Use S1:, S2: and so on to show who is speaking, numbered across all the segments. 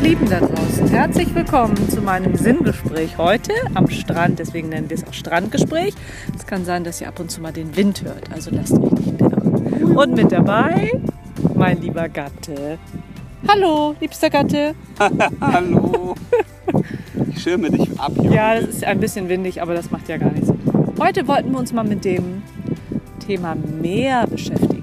S1: Lieben da draußen, herzlich willkommen zu meinem Sinngespräch heute am Strand. Deswegen nennen wir es auch Strandgespräch. Es kann sein, dass ihr ab und zu mal den Wind hört, also lasst euch nicht irren. Und mit dabei mein lieber Gatte. Hallo, liebster Gatte. Ah.
S2: Hallo. Ich schirme dich ab, Junge.
S1: Ja, es ist ein bisschen windig, aber das macht ja gar nichts. Heute wollten wir uns mal mit dem Thema Meer beschäftigen.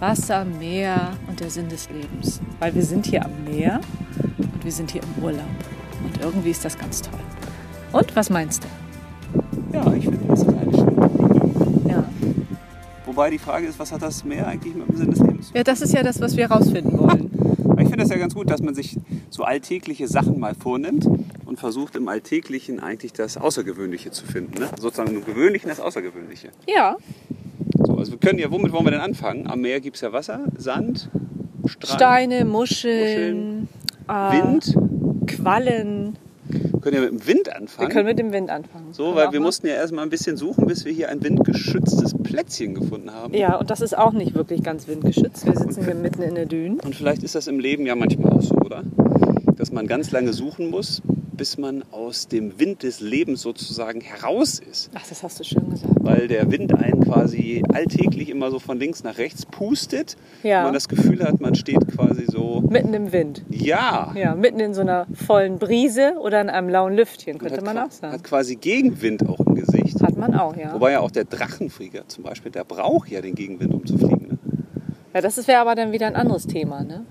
S1: Wasser, Meer und der Sinn des Lebens. Weil wir sind hier am Meer und wir sind hier im Urlaub. Und irgendwie ist das ganz toll. Und was meinst du?
S2: Ja, ich finde, das ist eine schöne Problematik.
S1: Ja.
S2: Wobei die Frage ist, was hat das Meer eigentlich mit dem Sinn des Lebens?
S1: ja, das ist ja das, was wir herausfinden wollen.
S2: Aber ich finde das ja ganz gut, dass man sich so alltägliche Sachen mal vornimmt und versucht im Alltäglichen eigentlich das Außergewöhnliche zu finden. Ne? Sozusagen im Gewöhnlichen das Außergewöhnliche.
S1: Ja,
S2: So, also wir können ja, womit wollen wir denn anfangen? Am Meer gibt es ja Wasser, Sand, Strand,
S1: Steine, Muscheln, äh,
S2: Wind.
S1: Quallen.
S2: Wir können ja mit dem Wind
S1: Wir
S2: anfangen.
S1: können mit dem Wind anfangen.
S2: so, weil
S1: Auch
S2: wir
S1: mal-
S2: mussten ja erstmal ein bisschen suchen, bis wir hier ein windgeschütztes Plätzchen gefunden haben.
S1: Ja, und das ist auch nicht wirklich ganz windgeschützt. Wir sitzen hier mitten in der Düne.
S2: Und vielleicht ist das im Leben ja manchmal auch so, oder? Dass man ganz lange suchen muss, bis man aus dem Wind des Lebens sozusagen heraus ist.
S1: Ach, das hast du schön gesagt.
S2: Weil der Wind einen quasi alltäglich immer so von links nach rechts pustet.
S1: Ja.
S2: Und man das Gefühl hat, man steht quasi so,
S1: Mitten im Wind.
S2: ja.
S1: Ja, mitten in so einer vollen Brise oder in einem lauen Lüftchen,
S2: Und
S1: könnte
S2: hat
S1: man
S2: qua-
S1: auch sagen.
S2: Hat quasi Gegenwind auch im Gesicht.
S1: Hat man auch, ja.
S2: Wobei ja auch der Drachenflieger zum Beispiel, der braucht ja den Gegenwind, um zu fliegen. Ne?
S1: Ja, das wäre aber dann wieder ein anderes Thema, ne?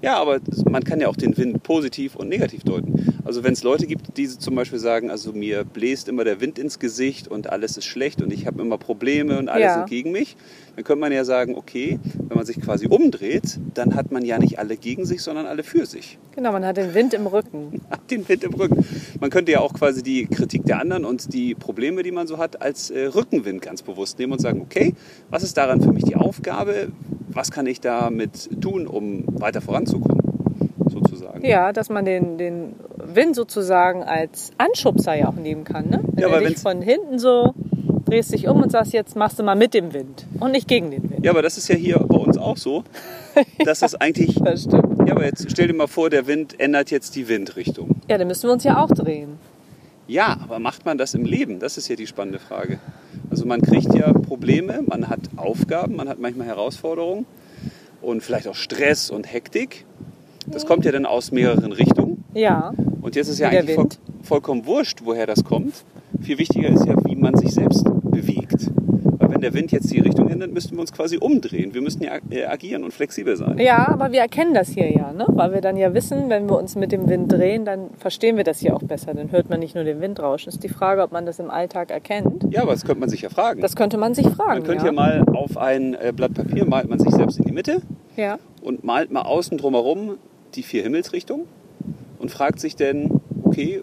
S2: Ja, aber man kann ja auch den Wind positiv und negativ deuten. Also wenn es Leute gibt, die zum Beispiel sagen, also mir bläst immer der Wind ins Gesicht und alles ist schlecht und ich habe immer Probleme und alles
S1: Ja.
S2: ist gegen mich, dann könnte man ja sagen, okay, wenn man sich quasi umdreht, dann hat man ja nicht alle gegen sich, sondern alle für sich.
S1: Genau, man hat den Wind im Rücken.
S2: Hat den Wind im Rücken. Man könnte ja auch quasi die Kritik der anderen und die Probleme, die man so hat, als äh, Rückenwind ganz bewusst nehmen und sagen, okay, was ist daran für mich die Aufgabe? Was kann ich damit tun, um weiter voranzukommen? Sozusagen.
S1: Ja, dass man den, den Wind sozusagen als Anschubser ja auch nehmen kann, ne? Wenn ja,
S2: Ja, aber
S1: du dich
S2: wenn's-
S1: von hinten so drehst dich um und sagst, jetzt machst du mal mit dem Wind und nicht gegen den Wind.
S2: Ja, aber das ist ja hier bei uns auch so, dass das eigentlich.
S1: Das stimmt.
S2: Ja, aber jetzt stell dir mal vor, der Wind ändert jetzt die Windrichtung.
S1: Ja, dann müssen wir uns ja auch drehen.
S2: Ja, aber macht man das im Leben? Das ist hier die spannende Frage. Also man kriegt ja Probleme, man hat Aufgaben, man hat manchmal Herausforderungen und vielleicht auch Stress und Hektik. Das kommt ja dann aus mehreren Richtungen.
S1: Ja,
S2: Und jetzt ist ja
S1: Wie der
S2: eigentlich voll,
S1: Wind.
S2: vollkommen wurscht, woher das kommt. Viel wichtiger ist ja, wie man sich selbst bewegt. Weil wenn der Wind jetzt die Richtung ändert, müssten wir uns quasi umdrehen. Wir müssten ja äh, agieren und flexibel sein.
S1: Ja, aber wir erkennen das hier ja, ne? weil wir dann ja wissen, wenn wir uns mit dem Wind drehen, dann verstehen wir das hier auch besser. Dann hört man nicht nur den Wind rauschen. Ist die Frage, ob man das im Alltag erkennt.
S2: Ja, aber das könnte man sich ja fragen.
S1: Das könnte man sich fragen.
S2: man könnte ja.
S1: ja.
S2: mal auf ein äh, Blatt Papier malt man sich selbst in die Mitte
S1: ja.
S2: und malt mal außen drumherum die vier Himmelsrichtungen und fragt sich dann, okay,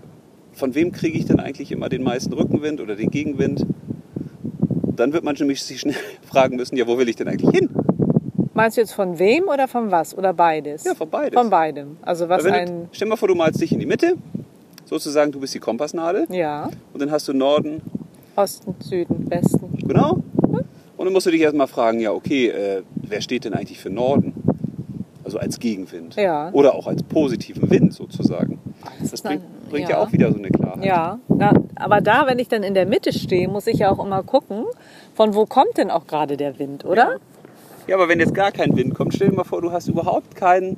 S2: von wem kriege ich denn eigentlich immer den meisten Rückenwind oder den Gegenwind? Dann wird man nämlich sich schnell fragen müssen, ja, wo will ich denn eigentlich hin?
S1: Meinst du jetzt von wem oder von was oder beides?
S2: Ja, von beides.
S1: Von beidem. Also was
S2: Weil wenn du,
S1: ein
S2: stell mal vor, du malst dich in die Mitte, sozusagen, du bist die Kompassnadel
S1: ja
S2: und dann hast du Norden,
S1: Osten, Süden, Westen.
S2: Genau. Und dann musst du dich erstmal fragen, ja, okay, äh, wer steht denn eigentlich für Norden? Also als Gegenwind.
S1: Ja.
S2: Oder auch als positiven Wind sozusagen. Das,
S1: ist
S2: bringt,
S1: eine-
S2: bringt ja.
S1: ja.
S2: auch wieder so eine Klarheit.
S1: Ja, na, aber da, wenn ich dann in der Mitte stehe, muss ich ja auch immer gucken, von wo kommt denn auch gerade der Wind, oder?
S2: ja, aber wenn jetzt gar kein Wind kommt, stell dir mal vor, du hast überhaupt keinen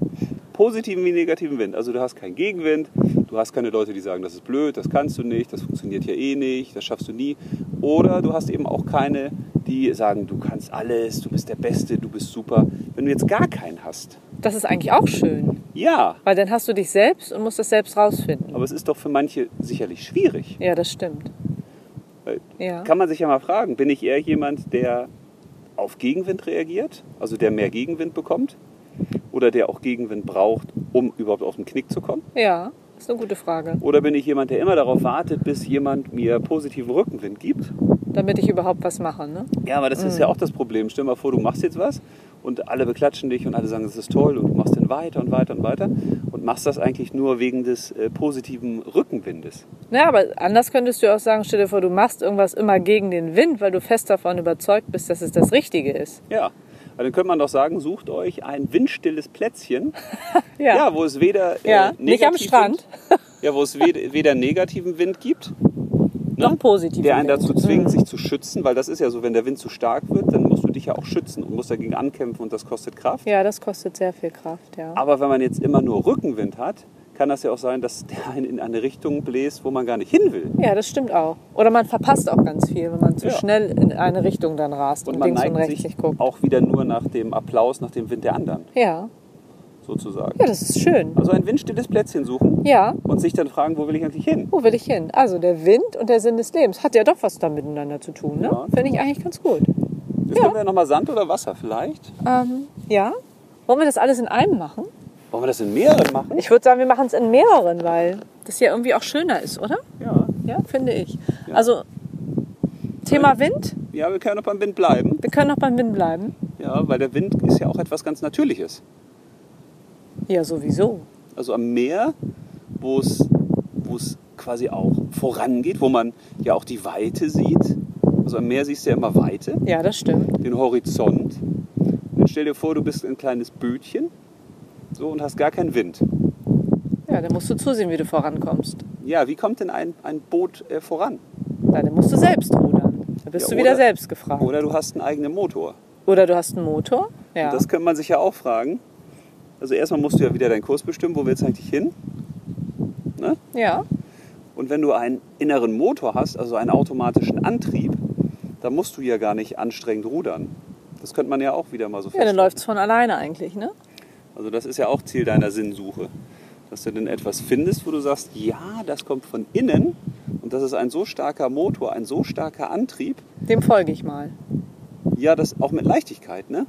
S2: positiven wie negativen Wind. Also du hast keinen Gegenwind, du hast keine Leute, die sagen, das ist blöd, das kannst du nicht, das funktioniert ja eh nicht, das schaffst du nie. Oder du hast eben auch keine, die sagen, du kannst alles, du bist der Beste, du bist super. Wenn du jetzt gar keinen hast,
S1: Das ist eigentlich auch schön,
S2: ja,
S1: weil dann hast du dich selbst und musst das selbst rausfinden.
S2: Aber es ist doch für manche sicherlich schwierig.
S1: Ja, das stimmt.
S2: Weil
S1: Ja.
S2: Kann man sich ja mal fragen, bin ich eher jemand, der auf Gegenwind reagiert, also der mehr Gegenwind bekommt oder der auch Gegenwind braucht, um überhaupt auf den Knick zu kommen?
S1: Ja, ist eine gute Frage.
S2: Oder bin ich jemand, der immer darauf wartet, bis jemand mir positiven Rückenwind gibt?
S1: Damit ich überhaupt was mache, ne?
S2: Ja, aber das ist ja auch das Problem. Stell dir mal vor, du machst jetzt was und alle beklatschen dich und alle sagen, das ist toll und du machst dann weiter und weiter und weiter und machst das eigentlich nur wegen des äh, positiven Rückenwindes.
S1: Na, aber anders könntest du auch sagen, stell dir vor, du machst irgendwas immer gegen den Wind, weil du fest davon überzeugt bist, dass es das Richtige ist.
S2: Ja, Aber dann könnte man doch sagen, sucht euch ein windstilles Plätzchen,
S1: Ja.
S2: ja, wo es weder äh,
S1: Ja, nicht am
S2: Negativwind-
S1: Strand.
S2: ja, wo es wed- weder negativen Wind gibt, ne?
S1: Noch positiven
S2: der einen
S1: Wind. Mhm.
S2: dazu zwingt, sich zu schützen, weil das ist ja so, wenn der Wind zu stark wird, dann musst du dich ja auch schützen und musst dagegen ankämpfen und das kostet Kraft.
S1: Ja, das kostet sehr viel Kraft, ja.
S2: Aber wenn man jetzt immer nur Rückenwind hat, kann das ja auch sein, dass der einen in eine Richtung bläst, wo man gar nicht hin will.
S1: Ja, das stimmt auch. Oder man verpasst auch ganz viel, wenn man zu
S2: Ja.
S1: schnell in eine Richtung dann rast und,
S2: Und man
S1: links und
S2: neigt
S1: rechts
S2: sich
S1: nicht guckt.
S2: auch wieder nur nach dem Applaus, nach dem Wind der anderen,
S1: Ja.
S2: sozusagen.
S1: ja, das ist schön.
S2: Also ein windstilles Plätzchen suchen
S1: Ja,
S2: und sich dann fragen, wo will ich eigentlich hin?
S1: wo will ich hin? Also der Wind und der Sinn des Lebens hat ja doch was da miteinander zu tun, ne?
S2: Ja.
S1: Finde ich eigentlich ganz gut.
S2: Jetzt
S1: Ja.
S2: können wir nochmal Sand oder Wasser vielleicht.
S1: Ähm, ja? Wollen wir das alles in einem machen?
S2: Wollen wir das in mehreren machen?
S1: Ich würde sagen, wir machen es in mehreren, weil das ja irgendwie auch schöner ist, oder?
S2: Ja.
S1: Ja, finde ich. Also Thema Wind.
S2: Ja, wir können auch beim Wind bleiben.
S1: Wir können noch beim Wind bleiben.
S2: Ja, weil der Wind ist ja auch etwas ganz Natürliches.
S1: Ja, sowieso.
S2: also am Meer, wo es wo es quasi auch vorangeht, wo man ja auch die Weite sieht. Also am Meer siehst du ja immer Weite,
S1: Ja, das stimmt.
S2: den Horizont. Und Dann stell dir vor, du bist ein kleines Bötchen so, und hast gar keinen Wind.
S1: Ja, dann musst du zusehen, wie du vorankommst.
S2: Ja, wie kommt denn ein, ein Boot äh, voran?
S1: Na, dann musst du selbst rudern. Da bist
S2: Ja,
S1: du wieder
S2: oder-
S1: selbst gefragt. Oder,
S2: Oder du hast einen eigenen Motor.
S1: du hast einen Motor. Ja.
S2: Und das könnte man sich ja auch fragen. Also erstmal musst du ja wieder deinen Kurs bestimmen, wo willst du eigentlich hin? Ne?
S1: ja.
S2: Und wenn du einen inneren Motor hast, also einen automatischen Antrieb, dann musst du ja gar nicht anstrengend rudern. Das könnte man ja auch wieder mal so
S1: ja, dann
S2: feststellen.
S1: läuft es von alleine eigentlich, ne?
S2: Also das ist ja auch Ziel deiner Sinnsuche. Dass du dann etwas findest, wo du sagst, ja, das kommt von innen und das ist ein so starker Motor, ein so starker Antrieb.
S1: Dem folge ich mal.
S2: Ja, das auch mit Leichtigkeit, ne?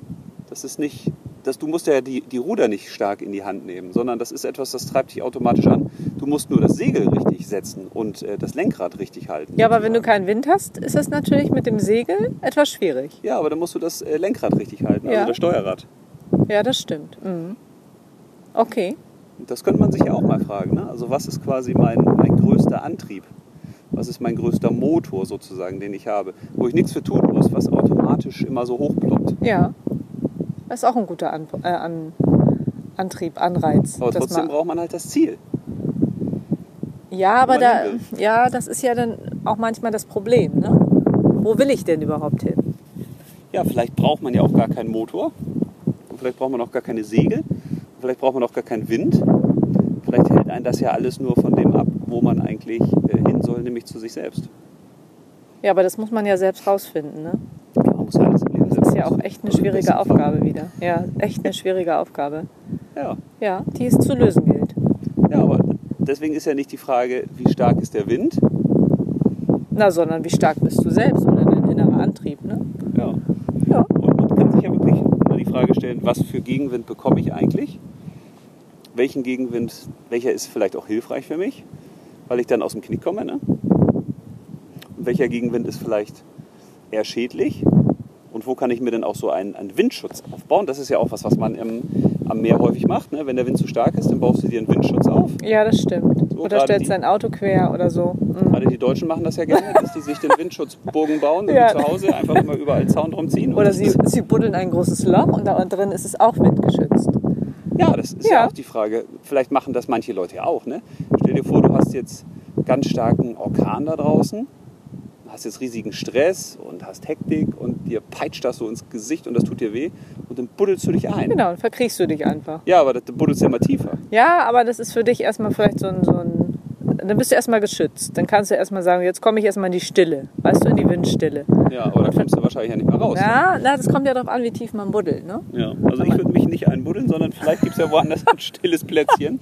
S2: Das ist nicht, dass du musst ja die, die Ruder nicht stark in die Hand nehmen, sondern das ist etwas, das treibt dich automatisch an. Du musst nur das Segel richtig setzen und äh, das Lenkrad richtig halten.
S1: Ja, aber wenn du keinen
S2: sozusagen.
S1: Wind hast, ist das natürlich mit dem Segel etwas schwierig.
S2: Ja, aber dann musst du das äh, Lenkrad richtig halten,
S1: Ja.
S2: also das Steuerrad.
S1: Ja, das stimmt. Mhm. Okay.
S2: Und das könnte man sich ja auch mal fragen. Ne? Also was ist quasi mein, mein größter Antrieb? Was ist mein größter Motor sozusagen, den ich habe? Wo ich nichts für tun muss, was automatisch immer so hochploppt.
S1: Ja. Das ist auch ein guter An äh, An Antrieb, Anreiz.
S2: Aber
S1: dass
S2: trotzdem
S1: man-
S2: braucht man halt das Ziel.
S1: Ja, aber
S2: man
S1: da,
S2: hin
S1: ja, das ist ja dann auch manchmal das Problem. Ne? Wo will ich denn überhaupt hin?
S2: Ja, vielleicht braucht man ja auch gar keinen Motor. Und vielleicht braucht man auch gar keine Segel. Und vielleicht braucht man auch gar keinen Wind. Vielleicht hält einen das ja alles nur von dem ab, wo man eigentlich äh, hin soll, nämlich zu sich selbst.
S1: Ja, aber das muss man ja selbst rausfinden. Ne?
S2: Klar, Man muss ja alles im Leben
S1: Das ist ja auch echt eine
S2: Also im besten
S1: schwierige
S2: Fall.
S1: Aufgabe wieder. Ja, echt eine schwierige Aufgabe.
S2: Ja.
S1: Ja, die es zu lösen gilt.
S2: Ja, aber deswegen ist ja nicht die Frage, wie stark ist der Wind.
S1: Na, sondern wie stark bist du selbst oder dein innerer Antrieb? Ne?
S2: Ja.
S1: Ja.
S2: Und man kann sich ja wirklich mal die Frage stellen, was für Gegenwind bekomme ich eigentlich? Welchen Gegenwind, welcher ist vielleicht auch hilfreich für mich, weil ich dann aus dem Knick komme? Ne? Und welcher Gegenwind ist vielleicht eher schädlich? Und wo kann ich mir denn auch so einen, einen Windschutz aufbauen? Das ist ja auch was, was man im, am Meer häufig macht. Ne? Wenn der Wind zu stark ist, dann baust du dir einen Windschutz auf.
S1: Ja, das stimmt.
S2: So,
S1: Oder
S2: gerade
S1: stellst
S2: die-
S1: dein Auto quer oder so. Mhm.
S2: Gerade die Deutschen machen das ja gerne, dass die sich den Windschutzbogen bauen, wenn
S1: Ja.
S2: die zu Hause einfach immer überall Zaun drum ziehen.
S1: Oder sie, sie buddeln ein großes Loch und da drin ist es auch windgeschützt.
S2: ja, das ist ja.
S1: Ja.
S2: auch die Frage. Vielleicht machen das manche Leute ja auch. Ne? Stell dir vor, du hast jetzt ganz starken Orkan da draußen, hast jetzt riesigen Stress und hast Hektik und dir peitscht das so ins Gesicht und das tut dir weh und dann buddelst du dich ein.
S1: Genau, dann verkriechst du dich einfach.
S2: Ja, aber das du buddelst ja immer tiefer.
S1: Ja, aber das ist für dich erstmal vielleicht so ein, so ein. Dann bist du erstmal geschützt. Dann kannst du erstmal sagen, jetzt komme ich erstmal in die Stille. Weißt du, in die Windstille.
S2: Ja, aber da kommst du wahrscheinlich ja nicht mehr raus.
S1: Ja, na, das kommt ja darauf an, wie tief man buddelt, ne?
S2: Ja, also ich würde mich nicht einbuddeln, sondern vielleicht gibt es ja woanders ein stilles Plätzchen.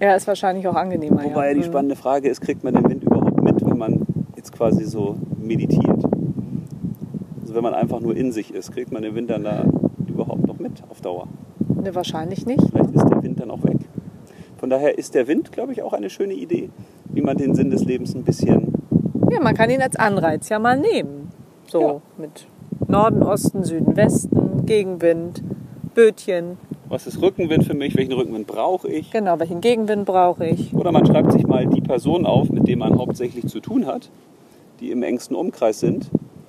S1: Ja, ist wahrscheinlich auch angenehmer.
S2: Wobei ja die
S1: Mhm.
S2: spannende Frage ist, kriegt man den Wind überhaupt mit, wenn man jetzt quasi so meditiert? Also wenn man einfach nur in sich ist, kriegt man den Wind dann da überhaupt noch mit auf Dauer?
S1: Ne, wahrscheinlich nicht.
S2: Vielleicht ist der Wind dann auch weg. Von daher ist der Wind, glaube ich, auch eine schöne Idee, wie man den Sinn des Lebens ein bisschen...
S1: Ja, man kann ihn als Anreiz ja mal nehmen. So
S2: Ja.
S1: mit Norden, Osten, Süden, Westen, Gegenwind, Bötchen.
S2: Was ist Rückenwind für mich? Welchen Rückenwind brauche ich?
S1: Genau, welchen Gegenwind brauche ich?
S2: Oder man schreibt sich mal die Person auf, mit dem man hauptsächlich zu tun hat, die im engsten Umkreis sind.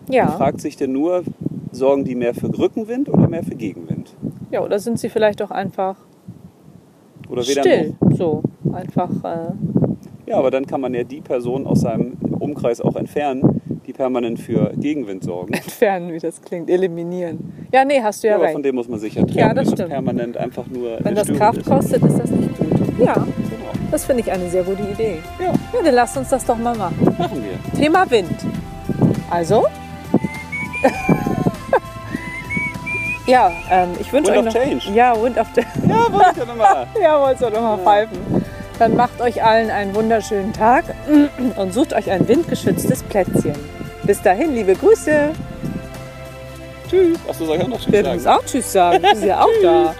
S1: Ja.
S2: Und fragt sich denn nur, Sorgen die mehr für Rückenwind oder mehr für Gegenwind?
S1: Ja, oder sind sie vielleicht auch einfach
S2: Oder weder
S1: still? So, einfach. Äh,
S2: noch? Ja, aber dann kann man ja die Person aus seinem Umkreis auch entfernen, die permanent für Gegenwind sorgen.
S1: entfernen, wie das klingt, eliminieren. Ja, nee, hast du
S2: Ja,
S1: ja,
S2: aber von
S1: recht.
S2: dem muss man sich ja trennen.
S1: Ja, das
S2: wenn
S1: stimmt.
S2: permanent einfach nur
S1: Wenn
S2: eine
S1: das
S2: Störung
S1: Kraft
S2: ist.
S1: kostet, ist das nicht gut. Ja,
S2: Genau.
S1: das finde ich eine sehr gute Idee.
S2: Ja,
S1: Ja, dann lasst uns das doch mal machen.
S2: machen wir.
S1: Thema Wind. Also? ja, ähm, ich wünsche euch
S2: Wind of
S1: noch...
S2: Change.
S1: Ja, Wind of Change.
S2: Ja, wollte ich ja nochmal.
S1: Ja, wolltest du nochmal pfeifen. Dann macht euch allen einen wunderschönen Tag und sucht euch ein windgeschütztes Plätzchen. Bis dahin, liebe Grüße.
S2: Tschüss. Achso, soll ich auch noch Tschüss
S1: Ja, du
S2: sagen?
S1: musst auch Tschüss sagen. Du bist ja auch da.